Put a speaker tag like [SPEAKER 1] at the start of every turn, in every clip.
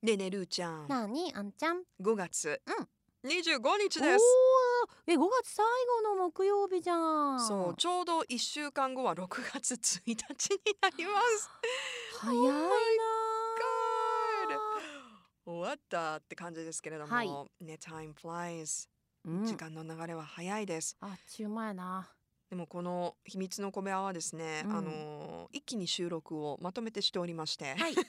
[SPEAKER 1] ねえねえるーちゃん
[SPEAKER 2] なあにあんちゃん。
[SPEAKER 1] 5月、25日
[SPEAKER 2] おー
[SPEAKER 1] です
[SPEAKER 2] え、五月最後の木曜日じゃん。
[SPEAKER 1] そうちょうど1週間後は6月1日になり ます
[SPEAKER 2] 早いな
[SPEAKER 1] God
[SPEAKER 2] あ。
[SPEAKER 1] 終わったって感じですけれども、
[SPEAKER 2] はい
[SPEAKER 1] ね time flies
[SPEAKER 2] うん
[SPEAKER 1] 時間の流れは早いです、
[SPEAKER 2] あっちゅう前やな。
[SPEAKER 1] でもこの秘密の小部屋はですね、
[SPEAKER 2] うん
[SPEAKER 1] あの一気に収録をまとめてしておりまして、
[SPEAKER 2] は い
[SPEAKER 1] ずい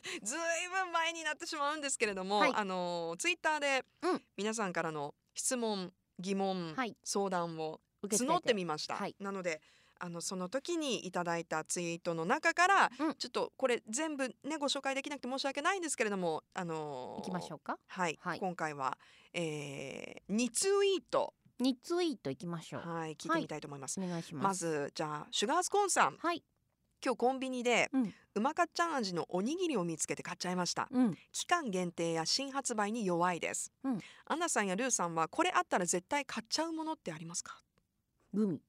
[SPEAKER 1] ぶん前になってしまうんですけれども、
[SPEAKER 2] はい
[SPEAKER 1] あのツイッターで
[SPEAKER 2] うん
[SPEAKER 1] 皆さんからの質問疑問、
[SPEAKER 2] はい
[SPEAKER 1] 相談を
[SPEAKER 2] 受け付け
[SPEAKER 1] 募ってみました、
[SPEAKER 2] はい
[SPEAKER 1] なのであのその時にいただいたツイートの中から、
[SPEAKER 2] うん
[SPEAKER 1] ちょっとこれ全部ねご紹介できなくて申し訳ないんですけれどもあの
[SPEAKER 2] 行きましょうか。
[SPEAKER 1] はい、
[SPEAKER 2] はい
[SPEAKER 1] 今回は、えー、2ツイート
[SPEAKER 2] 二ツイート行きましょう。
[SPEAKER 1] はい聞いてみたいと思います、
[SPEAKER 2] お願いしま。
[SPEAKER 1] ますずじゃあシュガースコーンさん
[SPEAKER 2] はい。
[SPEAKER 1] 今日コンビニで、
[SPEAKER 2] う
[SPEAKER 1] うんまかっちゃん味のおにぎりを見つけて買っちゃいました
[SPEAKER 2] うん。
[SPEAKER 1] 期間限定や新発売に弱いです、
[SPEAKER 2] うん
[SPEAKER 1] アンナさんやルーさんはこれあったら絶対買っちゃうものってありますか
[SPEAKER 2] グミ。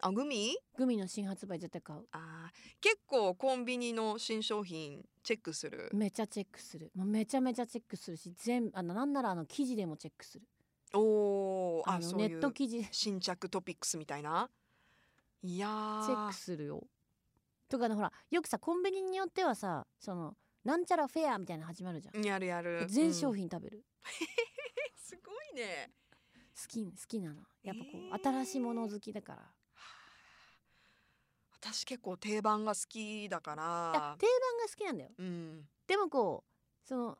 [SPEAKER 1] あグミ
[SPEAKER 2] グミの新発売絶対買う。
[SPEAKER 1] あー結構コンビニの新商品チェックする
[SPEAKER 2] めちゃチェックする。もうめちゃめちゃチェックするし、全あのなんならあの記事でもチェックする。
[SPEAKER 1] おー
[SPEAKER 2] あ
[SPEAKER 1] あ
[SPEAKER 2] の
[SPEAKER 1] そうい
[SPEAKER 2] ネッ
[SPEAKER 1] う
[SPEAKER 2] ト記事でチ
[SPEAKER 1] 新着トピックスみたいないやー
[SPEAKER 2] ェックするよ。とかねほらよくさコンビニによってはさそのなんちゃらフェアみたいなの始まるじゃん。
[SPEAKER 1] やるやる
[SPEAKER 2] 全
[SPEAKER 1] うん
[SPEAKER 2] 商品食べる。
[SPEAKER 1] すごいね。
[SPEAKER 2] 好き好きなのやっぱこう、
[SPEAKER 1] えー
[SPEAKER 2] 新しいもの好きだから
[SPEAKER 1] 私結構定番が好きだか
[SPEAKER 2] いや
[SPEAKER 1] ら。
[SPEAKER 2] 定番が好きなんだよ
[SPEAKER 1] うん。
[SPEAKER 2] でもこうその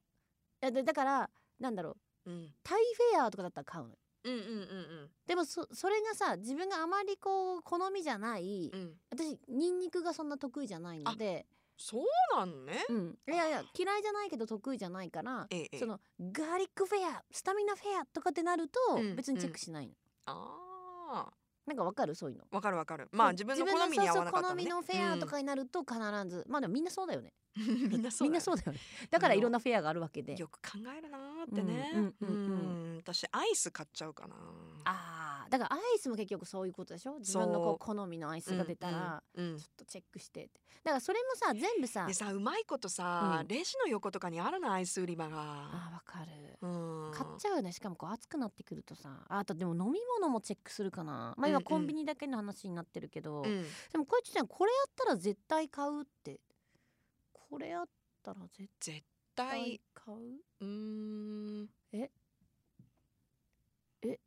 [SPEAKER 2] いやだだからなんだろう
[SPEAKER 1] うん。
[SPEAKER 2] タイフェアとかだったら買うのよ
[SPEAKER 1] うんうんうん
[SPEAKER 2] でもそそれがさ自分があまりこう好みじゃない、
[SPEAKER 1] うん。うん。
[SPEAKER 2] 私ニンニクがそんな得意じゃないので、
[SPEAKER 1] そうなのね。
[SPEAKER 2] うん、いやいや嫌いじゃないけど得意じゃないから
[SPEAKER 1] ええ
[SPEAKER 2] そ。のガーリックフェアスタミナフェアとかってなると
[SPEAKER 1] うん
[SPEAKER 2] 別にチェックしないの、
[SPEAKER 1] あ
[SPEAKER 2] なんかわかるそういうの
[SPEAKER 1] あ。わかるわかる。まあ
[SPEAKER 2] うん
[SPEAKER 1] 自分の好みに合わなかった
[SPEAKER 2] 自
[SPEAKER 1] のね。
[SPEAKER 2] 分のそうそう好みのフェアとかになると必ず、まあでもみんなそうだよね
[SPEAKER 1] うん。 みんなそうだよ。
[SPEAKER 2] みんなそうだよね。だからいろんなフェアがあるわけで。
[SPEAKER 1] よく考えるなーってね。
[SPEAKER 2] うんうんうんうん
[SPEAKER 1] うん私アイス買っちゃうかな。
[SPEAKER 2] ああ、だからアイスも結局そういうことでしょ。自分のこう好みのアイスが出たら、
[SPEAKER 1] うん。うん
[SPEAKER 2] ちょっとチェックしてって。だからそれもさ、全部さ
[SPEAKER 1] で、さうまいことさ、
[SPEAKER 2] うん
[SPEAKER 1] レジの横とかにあるなアイス売り場
[SPEAKER 2] あ
[SPEAKER 1] が。
[SPEAKER 2] ーわかる。
[SPEAKER 1] うん。
[SPEAKER 2] 買っちゃうよね。しかもこう暑くなってくるとさ、ああとでも飲み物もチェックするかな。まあ
[SPEAKER 1] うんう
[SPEAKER 2] 今
[SPEAKER 1] ん
[SPEAKER 2] コンビニだけの話になってるけ
[SPEAKER 1] うん。
[SPEAKER 2] ど、でもこいつちゃんこれやったら絶対買うって。これやったら絶
[SPEAKER 1] 絶対
[SPEAKER 2] 対。買う。
[SPEAKER 1] うーん
[SPEAKER 2] ええ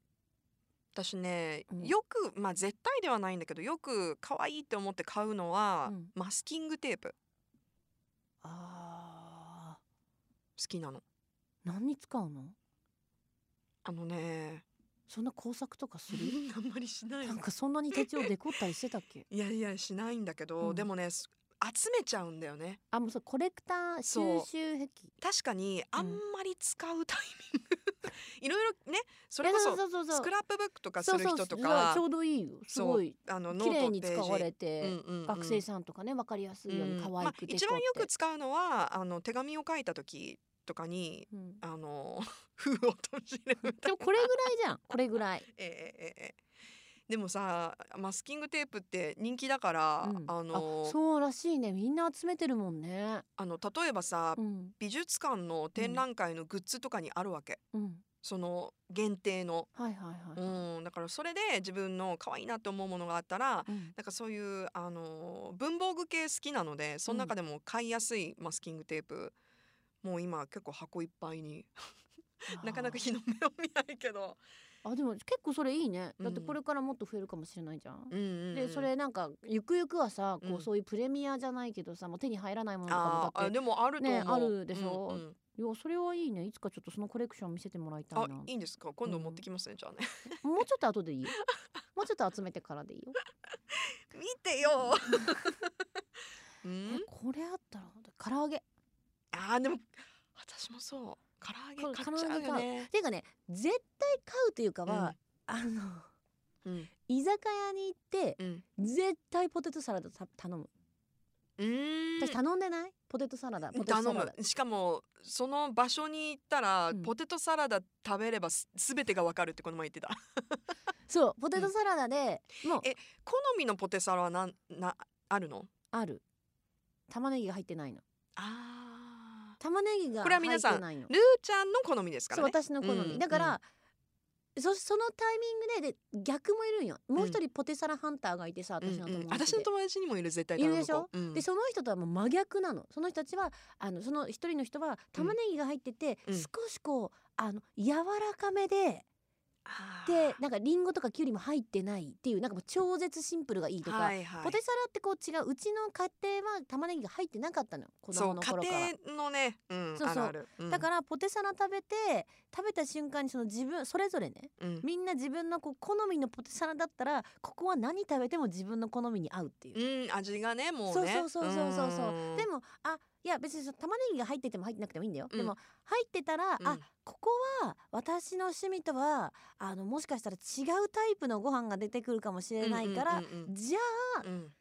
[SPEAKER 1] 私ね、
[SPEAKER 2] うん
[SPEAKER 1] よくまあ絶対ではないんだけどよく可愛いって思って買うのは、
[SPEAKER 2] うん
[SPEAKER 1] マスキングテープ好
[SPEAKER 2] ああ、
[SPEAKER 1] きなの
[SPEAKER 2] 何に使うの？
[SPEAKER 1] あのね
[SPEAKER 2] そんな工作とかする？
[SPEAKER 1] あんまりしな
[SPEAKER 2] なんかそんなに手帳デコったりしてたっけ
[SPEAKER 1] いやいやしないんだけど、
[SPEAKER 2] うん
[SPEAKER 1] でもねす集めちゃうんだよね
[SPEAKER 2] あもうそれコレクター
[SPEAKER 1] そう
[SPEAKER 2] 収集癖
[SPEAKER 1] 確かにあんまり使うタイミング いろいろねそれ
[SPEAKER 2] い
[SPEAKER 1] こ
[SPEAKER 2] や
[SPEAKER 1] そう
[SPEAKER 2] そう
[SPEAKER 1] スクラップブックとかする人と
[SPEAKER 2] そうそうそ
[SPEAKER 1] か
[SPEAKER 2] うちょうどいいよすごい
[SPEAKER 1] あのノ
[SPEAKER 2] 綺
[SPEAKER 1] ー
[SPEAKER 2] 麗
[SPEAKER 1] ト
[SPEAKER 2] に
[SPEAKER 1] のペ
[SPEAKER 2] 使わ
[SPEAKER 1] ージ
[SPEAKER 2] れて、
[SPEAKER 1] うんうんうん
[SPEAKER 2] 学生さんとかねわかりやすいように可
[SPEAKER 1] ま
[SPEAKER 2] 愛
[SPEAKER 1] あ
[SPEAKER 2] く、デコって、
[SPEAKER 1] 一番よく使うのはあの手紙を書いた時とかに
[SPEAKER 2] うん
[SPEAKER 1] あの 封を閉じるみた
[SPEAKER 2] で
[SPEAKER 1] いな
[SPEAKER 2] もこれぐらいじゃんこれぐらい
[SPEAKER 1] ええええええでもさマスキングテープって人気だから、
[SPEAKER 2] うん
[SPEAKER 1] あの
[SPEAKER 2] そうらしいねみんな集めてるもんね
[SPEAKER 1] あの例えばさ、
[SPEAKER 2] うん
[SPEAKER 1] 美術館の展覧会のグッズとかにあるわけ、
[SPEAKER 2] うん
[SPEAKER 1] その限定の、
[SPEAKER 2] はいはいはい、
[SPEAKER 1] うん、だからそれで自分の可愛いなと思うものがあったら
[SPEAKER 2] うん
[SPEAKER 1] なんかそういうあの文房具系好きなのでその中でも買いやすいマスキングテープ、もう今結構箱いっぱいになかなか日の目を見ないけど、
[SPEAKER 2] あーあでも結構それいいねだって
[SPEAKER 1] うん
[SPEAKER 2] これからもっと増えるかもしれないじゃん、
[SPEAKER 1] うんうんうん
[SPEAKER 2] でそれなんかゆくゆくはさこ
[SPEAKER 1] う
[SPEAKER 2] うんそういうプレミアじゃないけどさもう手に入らないものとかもだ
[SPEAKER 1] あ
[SPEAKER 2] っ
[SPEAKER 1] ーあ
[SPEAKER 2] て
[SPEAKER 1] でもあると思う、
[SPEAKER 2] ねあるでしょ
[SPEAKER 1] うんうん
[SPEAKER 2] いやそれはいいねいつかちょっとそのコレクション見せてもらいたい
[SPEAKER 1] あ
[SPEAKER 2] なもう
[SPEAKER 1] いいんですか今度持ってきますね、じ ゃあね
[SPEAKER 2] ちょっと後 でいいよもうちょっと集めてからでいいよ
[SPEAKER 1] 見てよ うん
[SPEAKER 2] えこれあったら唐揚げ
[SPEAKER 1] あーでも私もそう唐揚げ買っちゃうよね
[SPEAKER 2] ていうかね絶対買うというかは、あの
[SPEAKER 1] うん
[SPEAKER 2] 居酒屋に行って
[SPEAKER 1] うん
[SPEAKER 2] 絶対ポテトサラダた頼む
[SPEAKER 1] うーん
[SPEAKER 2] 私頼んでないポテトサラダポテトサ
[SPEAKER 1] 頼
[SPEAKER 2] ラダ
[SPEAKER 1] むしかもその場所に行ったら、
[SPEAKER 2] うん
[SPEAKER 1] ポテトサラダ食べればす全てがわかるってこの前言ってた
[SPEAKER 2] そうポテトサラダで、もう
[SPEAKER 1] え好みのポテサラはなんなあるの
[SPEAKER 2] ある玉ねぎが入ってないの
[SPEAKER 1] あ
[SPEAKER 2] 玉ねぎが
[SPEAKER 1] これは
[SPEAKER 2] 入
[SPEAKER 1] 皆
[SPEAKER 2] っ
[SPEAKER 1] さん
[SPEAKER 2] てないの
[SPEAKER 1] ルーちゃんの好みですか
[SPEAKER 2] そ
[SPEAKER 1] ら
[SPEAKER 2] う
[SPEAKER 1] ね
[SPEAKER 2] 私の好み、
[SPEAKER 1] うん
[SPEAKER 2] だから、そそのタイミングでで逆もいるんよもう一人ポテサラハンターがいてさ
[SPEAKER 1] うん
[SPEAKER 2] 私の
[SPEAKER 1] うん
[SPEAKER 2] 友達
[SPEAKER 1] 私
[SPEAKER 2] で
[SPEAKER 1] の友達にもいる絶対
[SPEAKER 2] いるでしょ
[SPEAKER 1] 頼む子うん
[SPEAKER 2] でその人とはもう真逆なのその人たちはあのその一人の人は玉ねぎが入ってて、
[SPEAKER 1] うん
[SPEAKER 2] 少しこうあの柔らかめで
[SPEAKER 1] あー
[SPEAKER 2] でなんかリンゴとかキュウリも入ってないっていうなんかもう超絶シンプルがいいとか、
[SPEAKER 1] はいはい
[SPEAKER 2] ポテサラってこう違ううちの家庭は玉ねぎが入ってなかったのよ子
[SPEAKER 1] そ
[SPEAKER 2] 供
[SPEAKER 1] う
[SPEAKER 2] の
[SPEAKER 1] 家
[SPEAKER 2] 頃から。
[SPEAKER 1] 庭のね、うん、
[SPEAKER 2] そうそう
[SPEAKER 1] あるある、うん
[SPEAKER 2] だからポテサラ食べて食べた瞬間にその自分それぞれね
[SPEAKER 1] うん
[SPEAKER 2] みんな自分のこう好みのポテサラだったらここは何食べても自分の好みに合うっていう。
[SPEAKER 1] うん、味がねもう
[SPEAKER 2] そう
[SPEAKER 1] ね
[SPEAKER 2] そうそうそうそうそうで
[SPEAKER 1] も
[SPEAKER 2] もあいや別にその玉ねぎが入ってても入ってなくてもいいんだよ、
[SPEAKER 1] うん
[SPEAKER 2] でも入ってたら、
[SPEAKER 1] うん
[SPEAKER 2] あここは私の趣味とはあのもしかしたら違うタイプのご飯が出てくるかもしれないから、
[SPEAKER 1] うんうん
[SPEAKER 2] じゃあ
[SPEAKER 1] うんうん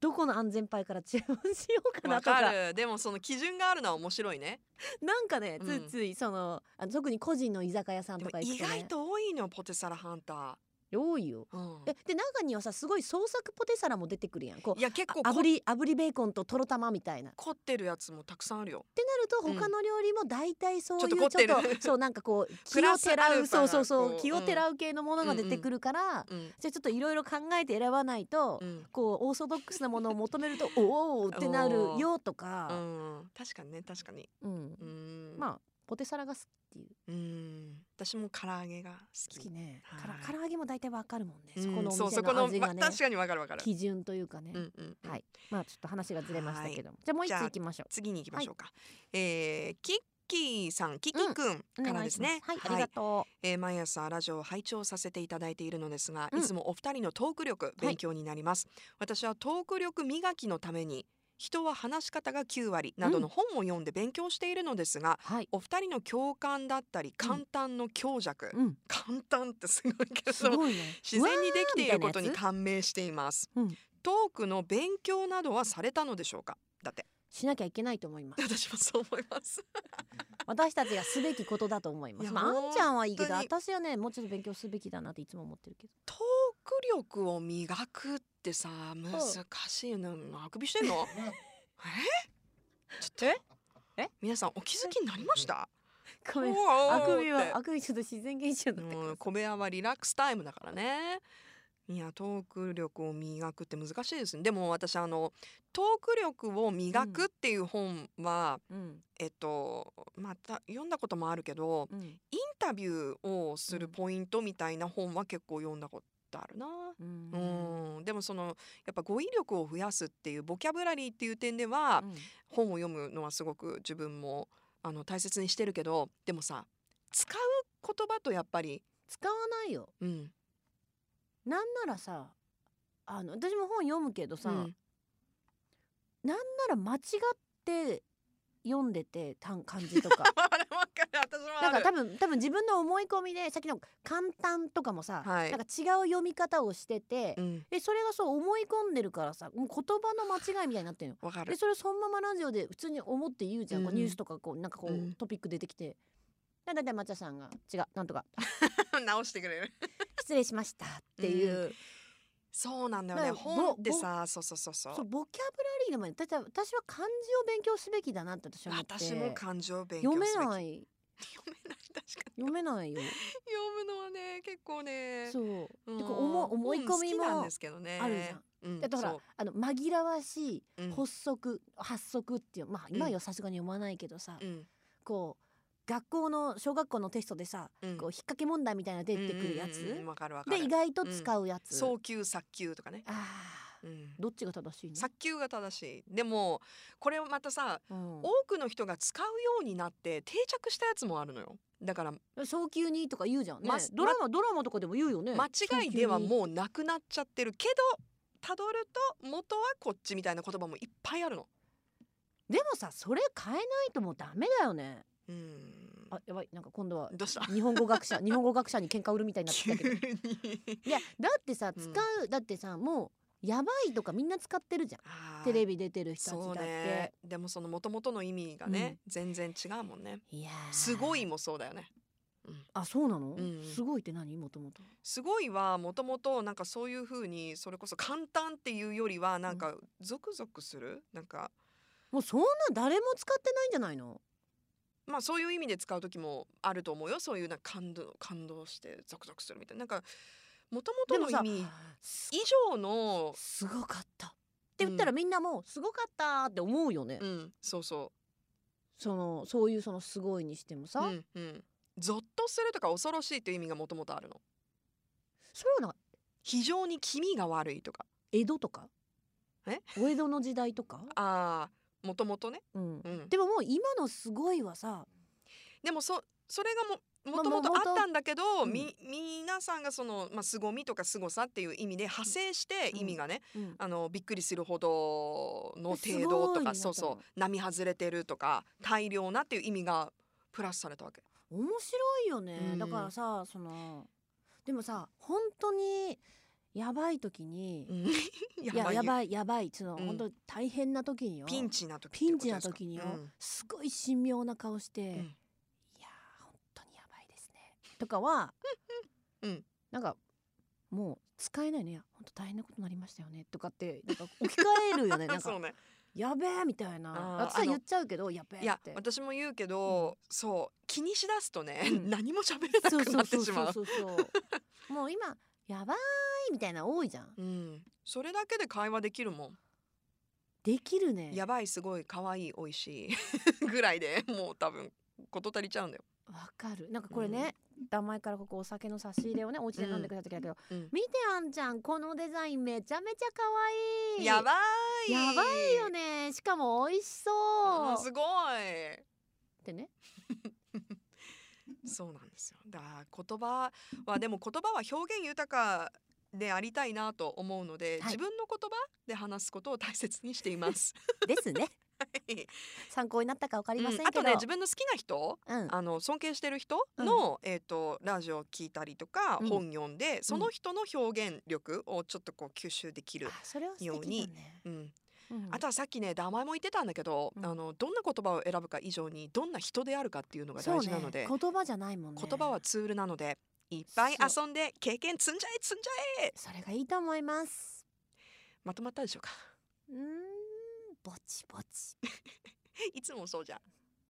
[SPEAKER 2] どこの安全牌から注文しようか
[SPEAKER 1] うん
[SPEAKER 2] な
[SPEAKER 1] わ
[SPEAKER 2] と
[SPEAKER 1] か
[SPEAKER 2] か
[SPEAKER 1] るでもその基準があるのは面白いね
[SPEAKER 2] なんかね
[SPEAKER 1] うん
[SPEAKER 2] ついついその、あの特に個人の居酒屋さん
[SPEAKER 1] で
[SPEAKER 2] と
[SPEAKER 1] も
[SPEAKER 2] か
[SPEAKER 1] 意
[SPEAKER 2] 行くと、ね、
[SPEAKER 1] 外と多いのよポテサラハンタ
[SPEAKER 2] 多いよ。
[SPEAKER 1] ー、うん
[SPEAKER 2] えで中にはさすごい創作ポテサラも出てくるやんこ
[SPEAKER 1] いうや結構
[SPEAKER 2] あ
[SPEAKER 1] こ
[SPEAKER 2] 炙り炙りベーコンととろ玉みたいな。っ
[SPEAKER 1] 凝ってるやつもたくさんあるよ
[SPEAKER 2] てな
[SPEAKER 1] う
[SPEAKER 2] る
[SPEAKER 1] ん
[SPEAKER 2] と他の料理も大体そういう
[SPEAKER 1] ち
[SPEAKER 2] ち
[SPEAKER 1] ょ
[SPEAKER 2] ょ
[SPEAKER 1] っ
[SPEAKER 2] っ
[SPEAKER 1] と
[SPEAKER 2] と、
[SPEAKER 1] 凝ってる
[SPEAKER 2] そうなんかこ う
[SPEAKER 1] プ
[SPEAKER 2] 気
[SPEAKER 1] ラ
[SPEAKER 2] を
[SPEAKER 1] スアルファ
[SPEAKER 2] 照らう
[SPEAKER 1] が
[SPEAKER 2] そうそうそ
[SPEAKER 1] こう
[SPEAKER 2] う気を照らう系のものが出てくるから、
[SPEAKER 1] うん
[SPEAKER 2] じゃあちょっといろいろ考えて選ばないと、
[SPEAKER 1] うん
[SPEAKER 2] こうオーソドックスなものを求めると おおってなるよと
[SPEAKER 1] う
[SPEAKER 2] か、
[SPEAKER 1] ん確かにね確かに
[SPEAKER 2] うん
[SPEAKER 1] うん
[SPEAKER 2] まあポテサラが好きっていう
[SPEAKER 1] うん私も唐揚げが好
[SPEAKER 2] 好
[SPEAKER 1] き
[SPEAKER 2] きね、から
[SPEAKER 1] はい
[SPEAKER 2] 唐揚げも大体わかるもんね、
[SPEAKER 1] うん
[SPEAKER 2] そこの
[SPEAKER 1] そ
[SPEAKER 2] お
[SPEAKER 1] うそ
[SPEAKER 2] 店
[SPEAKER 1] こ
[SPEAKER 2] の
[SPEAKER 1] の
[SPEAKER 2] 味がね
[SPEAKER 1] ま確かにわかるわかる
[SPEAKER 2] 基準というかね、
[SPEAKER 1] うんうんうん
[SPEAKER 2] はいまあちょっと話がずれましたけどもじゃあもう一つ行きましょう
[SPEAKER 1] 次に行きましょうか、えーキッキーさんキッキーくん
[SPEAKER 2] お
[SPEAKER 1] から
[SPEAKER 2] 願
[SPEAKER 1] で
[SPEAKER 2] いし
[SPEAKER 1] す
[SPEAKER 2] ます
[SPEAKER 1] ね、
[SPEAKER 2] はい、ありがと
[SPEAKER 1] えー毎朝ラジオを拝聴させていただいているのですが、
[SPEAKER 2] うん
[SPEAKER 1] いつもお二人のトーク力勉強になります、私はトーク力磨きのために人は話し方が9割などの本を読んで勉強しているのですが、
[SPEAKER 2] うはい
[SPEAKER 1] お二人の共感だったり簡単の強弱、
[SPEAKER 2] うん
[SPEAKER 1] 簡単ってすごい け
[SPEAKER 2] す
[SPEAKER 1] ど
[SPEAKER 2] ごいね
[SPEAKER 1] 自然にできていることに
[SPEAKER 2] うわーみたいなや
[SPEAKER 1] 感銘しています、
[SPEAKER 2] うん
[SPEAKER 1] トークの勉強などはされたのでしょうかだって
[SPEAKER 2] つしなきゃいけないと思 います
[SPEAKER 1] 私もそう思います
[SPEAKER 2] 私たちがすべきことだと思いま
[SPEAKER 1] いや
[SPEAKER 2] すまああんちゃんはいいけど
[SPEAKER 1] 本当
[SPEAKER 2] 私はねもうちょっと勉強すべきだなっていつも思ってるけど
[SPEAKER 1] トーク力を磨くってさ難しいのあくびしてん のえちょっと
[SPEAKER 2] ええ
[SPEAKER 1] 皆さんお気づきになりました
[SPEAKER 2] ごめんあくびはあくびちょっと自然現象だった
[SPEAKER 1] もう小部屋はリラックスタイムだからねいやトーク力を磨くって難しいですねでも私あのトーク力を磨くっていう本は、
[SPEAKER 2] うん
[SPEAKER 1] えっとまた読んだこともあるけど
[SPEAKER 2] うん
[SPEAKER 1] インタビューをする
[SPEAKER 2] うん
[SPEAKER 1] ポイントみたいな本は結構読んだことあるな
[SPEAKER 2] うん
[SPEAKER 1] うんでもそのやっぱ語彙力を増やすっていうボキャブラリーっていう点では、
[SPEAKER 2] うん
[SPEAKER 1] 本を読むのはすごく自分もあの大切にしてるけどでもさ使う言葉とやっぱり、
[SPEAKER 2] 使わないよ
[SPEAKER 1] うん
[SPEAKER 2] なんならさあの私も本読むけどさ、
[SPEAKER 1] う
[SPEAKER 2] なん
[SPEAKER 1] ん
[SPEAKER 2] なら間違って読んでて単漢字とか
[SPEAKER 1] あれ わかる私も
[SPEAKER 2] な
[SPEAKER 1] あ
[SPEAKER 2] んか
[SPEAKER 1] る
[SPEAKER 2] 多分多分自分の思い込みでさっきの簡単とかもさ、
[SPEAKER 1] はい
[SPEAKER 2] なんか違う読み方をしてて、
[SPEAKER 1] うん
[SPEAKER 2] でそれがそう思い込んでるからさもう言葉の間違いみたいになってるの。
[SPEAKER 1] わか
[SPEAKER 2] で
[SPEAKER 1] る
[SPEAKER 2] それをそのままラジオで普通に思って言うじゃん、こ
[SPEAKER 1] う
[SPEAKER 2] うんニュースとかこうなんかこう、
[SPEAKER 1] うん
[SPEAKER 2] トピック出てきて。だだいたい抹茶さんが「違うなんとか
[SPEAKER 1] 直してくれる
[SPEAKER 2] 失礼しました」っていう,、
[SPEAKER 1] そうなんだよね
[SPEAKER 2] だから
[SPEAKER 1] 本っ
[SPEAKER 2] ぼ
[SPEAKER 1] てさそうそうそうそ
[SPEAKER 2] そう
[SPEAKER 1] う
[SPEAKER 2] ボキャブラリーの前にだって私は漢字を勉強すべきだなって私は思って
[SPEAKER 1] 私も漢字を勉強
[SPEAKER 2] 読
[SPEAKER 1] すべき
[SPEAKER 2] めな
[SPEAKER 1] 読め
[SPEAKER 2] い
[SPEAKER 1] ない確かに
[SPEAKER 2] 読めないよ
[SPEAKER 1] 読むのはね結構ね
[SPEAKER 2] そう
[SPEAKER 1] うん
[SPEAKER 2] でこう思思い込み
[SPEAKER 1] 本好きなん
[SPEAKER 2] も
[SPEAKER 1] ですけどね
[SPEAKER 2] あるじゃん。
[SPEAKER 1] うん
[SPEAKER 2] だってほら
[SPEAKER 1] そう
[SPEAKER 2] あの紛らわしい
[SPEAKER 1] うん
[SPEAKER 2] 発足、発足っていうまあ
[SPEAKER 1] ん
[SPEAKER 2] 今よさすがに読まないけどさ、
[SPEAKER 1] うん
[SPEAKER 2] こう学校の小学校のテストでさ、
[SPEAKER 1] うん
[SPEAKER 2] こう引っ掛け問題みたいなの出てくるやつ、
[SPEAKER 1] うんうんうんわかるわか
[SPEAKER 2] で
[SPEAKER 1] る
[SPEAKER 2] 意外と使うやつ、
[SPEAKER 1] 早急早急とかね、
[SPEAKER 2] あー
[SPEAKER 1] うん、
[SPEAKER 2] どっちが正しいの、
[SPEAKER 1] 早急が正しいでもこれをまたさ
[SPEAKER 2] うん
[SPEAKER 1] 多くの人が使うようになって定着したやつもあるのよだから
[SPEAKER 2] 早急にとか言うじゃんね、
[SPEAKER 1] ま
[SPEAKER 2] ドラマ、ドラマとかでも言うよね
[SPEAKER 1] 間違いでは
[SPEAKER 2] う
[SPEAKER 1] もうなくなっちゃってるけどたどると元はこっちみたいな言葉もいっぱいあるの。
[SPEAKER 2] でもさそれ変えないともうダメだよね
[SPEAKER 1] うん
[SPEAKER 2] あやばいなんか今度は
[SPEAKER 1] どうした
[SPEAKER 2] 日本語 学者日本語学者に喧嘩売るみたいになってき
[SPEAKER 1] 急
[SPEAKER 2] たけど
[SPEAKER 1] に
[SPEAKER 2] いやだってさ
[SPEAKER 1] うん
[SPEAKER 2] 使う、だってさもうやばいとかみんな使ってるじゃん
[SPEAKER 1] あー
[SPEAKER 2] テレビ出てる人たち
[SPEAKER 1] そう
[SPEAKER 2] だって、
[SPEAKER 1] ねでもその元々の意味がね、全然違うもんね
[SPEAKER 2] いやー
[SPEAKER 1] すごいもそうだよね
[SPEAKER 2] あそうなの、
[SPEAKER 1] うん
[SPEAKER 2] すごいって何もともと
[SPEAKER 1] すごいはもともとなんかそういうふうにそれこそ簡単っていうよりはなんかゾクゾクするなんか
[SPEAKER 2] もうそんな誰も使ってないんじゃないの
[SPEAKER 1] まあそういう意味で使う時もあると思うよそういうなんか感動感動してゾクゾクするみたいななんかもともとの
[SPEAKER 2] でもさ
[SPEAKER 1] 意味
[SPEAKER 2] す
[SPEAKER 1] 以上の
[SPEAKER 2] すごかったって言ったら
[SPEAKER 1] う
[SPEAKER 2] みんなもうすごかったって思うよね、
[SPEAKER 1] うんそうそ
[SPEAKER 2] そのそういうそのすごいにしても
[SPEAKER 1] う
[SPEAKER 2] さ、
[SPEAKER 1] うんうんゾッとするとか恐ろしいという意味がもともとあるの
[SPEAKER 2] それはなんか
[SPEAKER 1] 非常に気味が悪いとか
[SPEAKER 2] 江戸とか
[SPEAKER 1] え
[SPEAKER 2] お江戸の時代とか、
[SPEAKER 1] ああもともとね
[SPEAKER 2] うん
[SPEAKER 1] う、ん
[SPEAKER 2] でももう今のすごいはさ
[SPEAKER 1] でもそそれがも
[SPEAKER 2] まあ
[SPEAKER 1] もともとあ
[SPEAKER 2] もと
[SPEAKER 1] ったんだけど、
[SPEAKER 2] うん
[SPEAKER 1] み皆さんがその、まあ、凄みとか凄さっていう意味で派生して
[SPEAKER 2] うん
[SPEAKER 1] 意味がね、
[SPEAKER 2] うん
[SPEAKER 1] あのびっくりするほどの程
[SPEAKER 2] すご
[SPEAKER 1] 度
[SPEAKER 2] い
[SPEAKER 1] と
[SPEAKER 2] にな
[SPEAKER 1] か
[SPEAKER 2] ったの
[SPEAKER 1] そうそう波外れてるとか大量なっていう意味がプラスされたわけ。
[SPEAKER 2] 面白いよね、
[SPEAKER 1] うん
[SPEAKER 2] だからさそのでもさ本当にやばい時に、
[SPEAKER 1] うん やばいよ
[SPEAKER 2] いややばいやばいその、
[SPEAKER 1] うん
[SPEAKER 2] 本当に大変な時によ
[SPEAKER 1] ピンチな時って
[SPEAKER 2] ピ
[SPEAKER 1] いう
[SPEAKER 2] ン
[SPEAKER 1] こと
[SPEAKER 2] チな
[SPEAKER 1] ですか
[SPEAKER 2] 時によ、
[SPEAKER 1] うん
[SPEAKER 2] すごい神妙な顔して、いやー
[SPEAKER 1] ん
[SPEAKER 2] 本当にやばいですねとかは、
[SPEAKER 1] うん
[SPEAKER 2] なんかもう使えないねいや本当大変なことになりましたよねとかって なんか置き換えるよねなん
[SPEAKER 1] そう
[SPEAKER 2] か
[SPEAKER 1] ね
[SPEAKER 2] やべえみたい
[SPEAKER 1] あー
[SPEAKER 2] な私は
[SPEAKER 1] あの
[SPEAKER 2] 言っちゃうけどやべえ
[SPEAKER 1] いや
[SPEAKER 2] って。
[SPEAKER 1] 私も言うけど、そう気にしだすとね、
[SPEAKER 2] う ん
[SPEAKER 1] 何も喋れなくなってしまう。
[SPEAKER 2] そうそうもう今やばいみたいなの多いじゃん
[SPEAKER 1] うん、それだけで会話できるもん。
[SPEAKER 2] できるね
[SPEAKER 1] やばいすごい可愛い美味しい ぐらいでもう多分事足りちゃうんだよ。
[SPEAKER 2] わかるなんかこれね、名前からここお酒の差し入れをねお家で飲んでくれた時だけど、
[SPEAKER 1] うん
[SPEAKER 2] 見てあんちゃんこのデザインめちゃめちゃ可愛い
[SPEAKER 1] やばい。
[SPEAKER 2] やばいよねしかも美味しそう
[SPEAKER 1] うん
[SPEAKER 2] っ
[SPEAKER 1] すごい。
[SPEAKER 2] てね
[SPEAKER 1] そうなんですよ。だから言葉はでも言葉は表現豊かでありたいなと思うので、
[SPEAKER 2] はい
[SPEAKER 1] 自分の言葉で話すことを大切にしてい ます。
[SPEAKER 2] ですね
[SPEAKER 1] はい
[SPEAKER 2] 参考になったかわかりませんけ
[SPEAKER 1] うん
[SPEAKER 2] ど、
[SPEAKER 1] あとね自分の好きな人、
[SPEAKER 2] うん
[SPEAKER 1] あの尊敬してる人の、えっ、とラジオ聞いたりとか、
[SPEAKER 2] うん
[SPEAKER 1] 本読んでその人の表現力をちょっとこう吸収できる
[SPEAKER 2] あ。それは素敵だね、
[SPEAKER 1] うん、
[SPEAKER 2] うん
[SPEAKER 1] あとはさっきね名前も言ってたんだけど、
[SPEAKER 2] うん
[SPEAKER 1] あのどんな言葉を選ぶか以上にどんな人であるかっていうのが
[SPEAKER 2] そう
[SPEAKER 1] 大
[SPEAKER 2] ね
[SPEAKER 1] 事なので、
[SPEAKER 2] 言葉じゃないもんね
[SPEAKER 1] 言葉はツールなのでいっぱい遊んで経験積んじゃえ積んじゃえ
[SPEAKER 2] それがいいと思います
[SPEAKER 1] まとまったでしょうか
[SPEAKER 2] うーんぼちぼち
[SPEAKER 1] いつもそうじゃん